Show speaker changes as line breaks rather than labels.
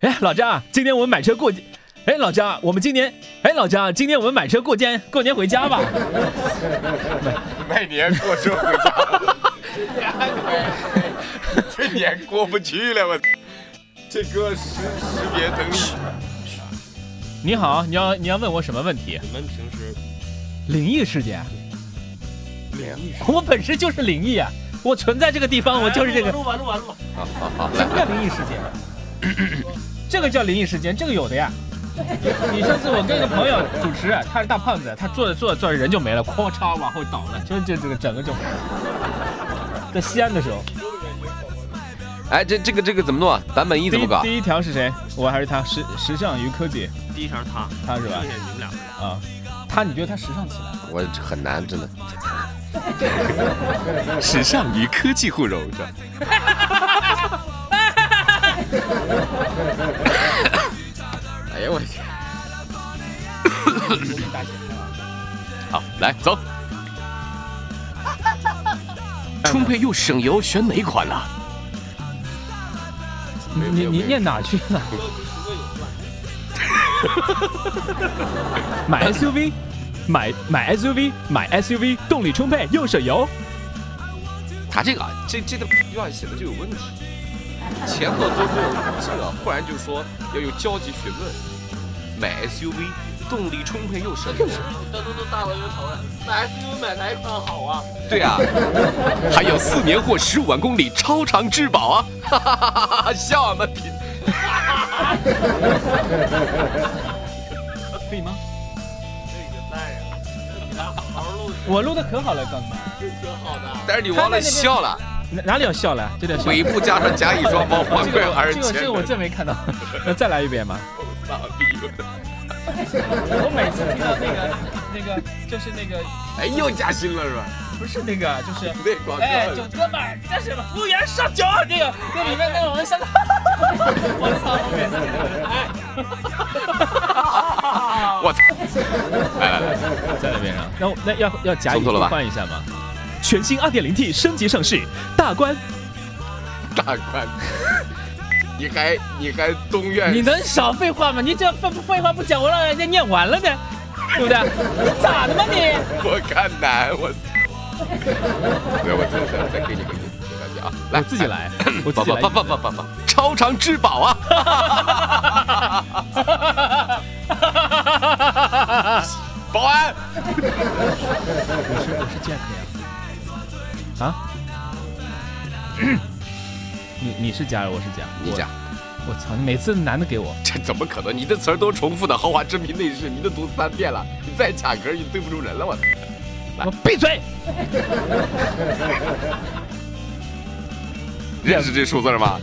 哎，老张，今年我们买车过，哎，老张，我们今年，哎，老张，今年我们买车过年过年回家吧。
每年过这回 家，这年过不去了，我这歌识识别能力。
你好，你要你要问我什么问题？
你们平时
灵异事件？
灵异？
我本身就是灵异啊，我存在这个地方，我就是这
哎
个。
哎录完录完录完。
好好好，
什
来
么叫灵异事件？这个叫灵异事件，这个有的呀。你上次我跟一个朋友主持，啊他是大胖子，他坐着坐着坐着人就没了，哐嚓往后倒了，就就这个整个就没了。在西安的时候，
哎，这这个这个怎么弄啊？版本一
第
怎
一
么搞？
第一条是谁？我还是他？时时尚与科技，
第一条是他，
他是吧
剩？下你们俩。
啊，他你觉得他时尚起来？
我这很难，真的。时尚与科技互融是吧？ 哎呀我去！ 好，来走。 充沛又省油，选哪款呢？
你你念哪去 了？买 SUV，买买 SUV，买 SUV，动力充沛又省油。
他这个啊，哎这这个句话写的就有问题，前后都没有逻辑了，不然就说要有交集询问。买 SUV，动力充沛又省油。
当初都大老油头了，买 SUV 买哪一款好啊？
对啊，还有四年或十五万公里超长质保啊！ 哈哈哈哈哈！笑啊俺们贫。
可以吗？
这个赖呀，你俩好好录
我录的可好了，刚才
是挺好的。
但是你忘了笑了，
哪哪里有笑了？这点笑。
尾部加上甲乙双方
这
皇
个
冠
我
而
这个这
前
个我真没看到， 那再来一遍嘛。我每次听到那个那个就是那个
哎，又加薪了是吧？
不是那个就是。
那广
哎，
告
九。哥们儿，这是服务员上酒，那个哎那里面那个我 们上，我 操，我每次哎，
我操！哎来来来，
在那边上，那那要要甲
送错了吧
一下吗？全新 2.0T 升级上市，大关，
大款，你还你还东院
你能少废话吗？你这废废话不讲，我让人家念完了呢，对不对？ 你咋的嘛你？
我看难，我操！对，我真的再给你个音，没关系啊，来
我自己。来，我自
不
己
不
来。
不不不不不，超长质保啊！ 保安，
我是 Jack 呀。啊？ 你你是假人，我是假。
你讲，
我操！你每次男的给我，
这怎么可能？你的词儿都重复的，豪华之名内饰，你都读三遍了，你再卡壳你对不住人了，我操！
我闭嘴。
认识这数字吗？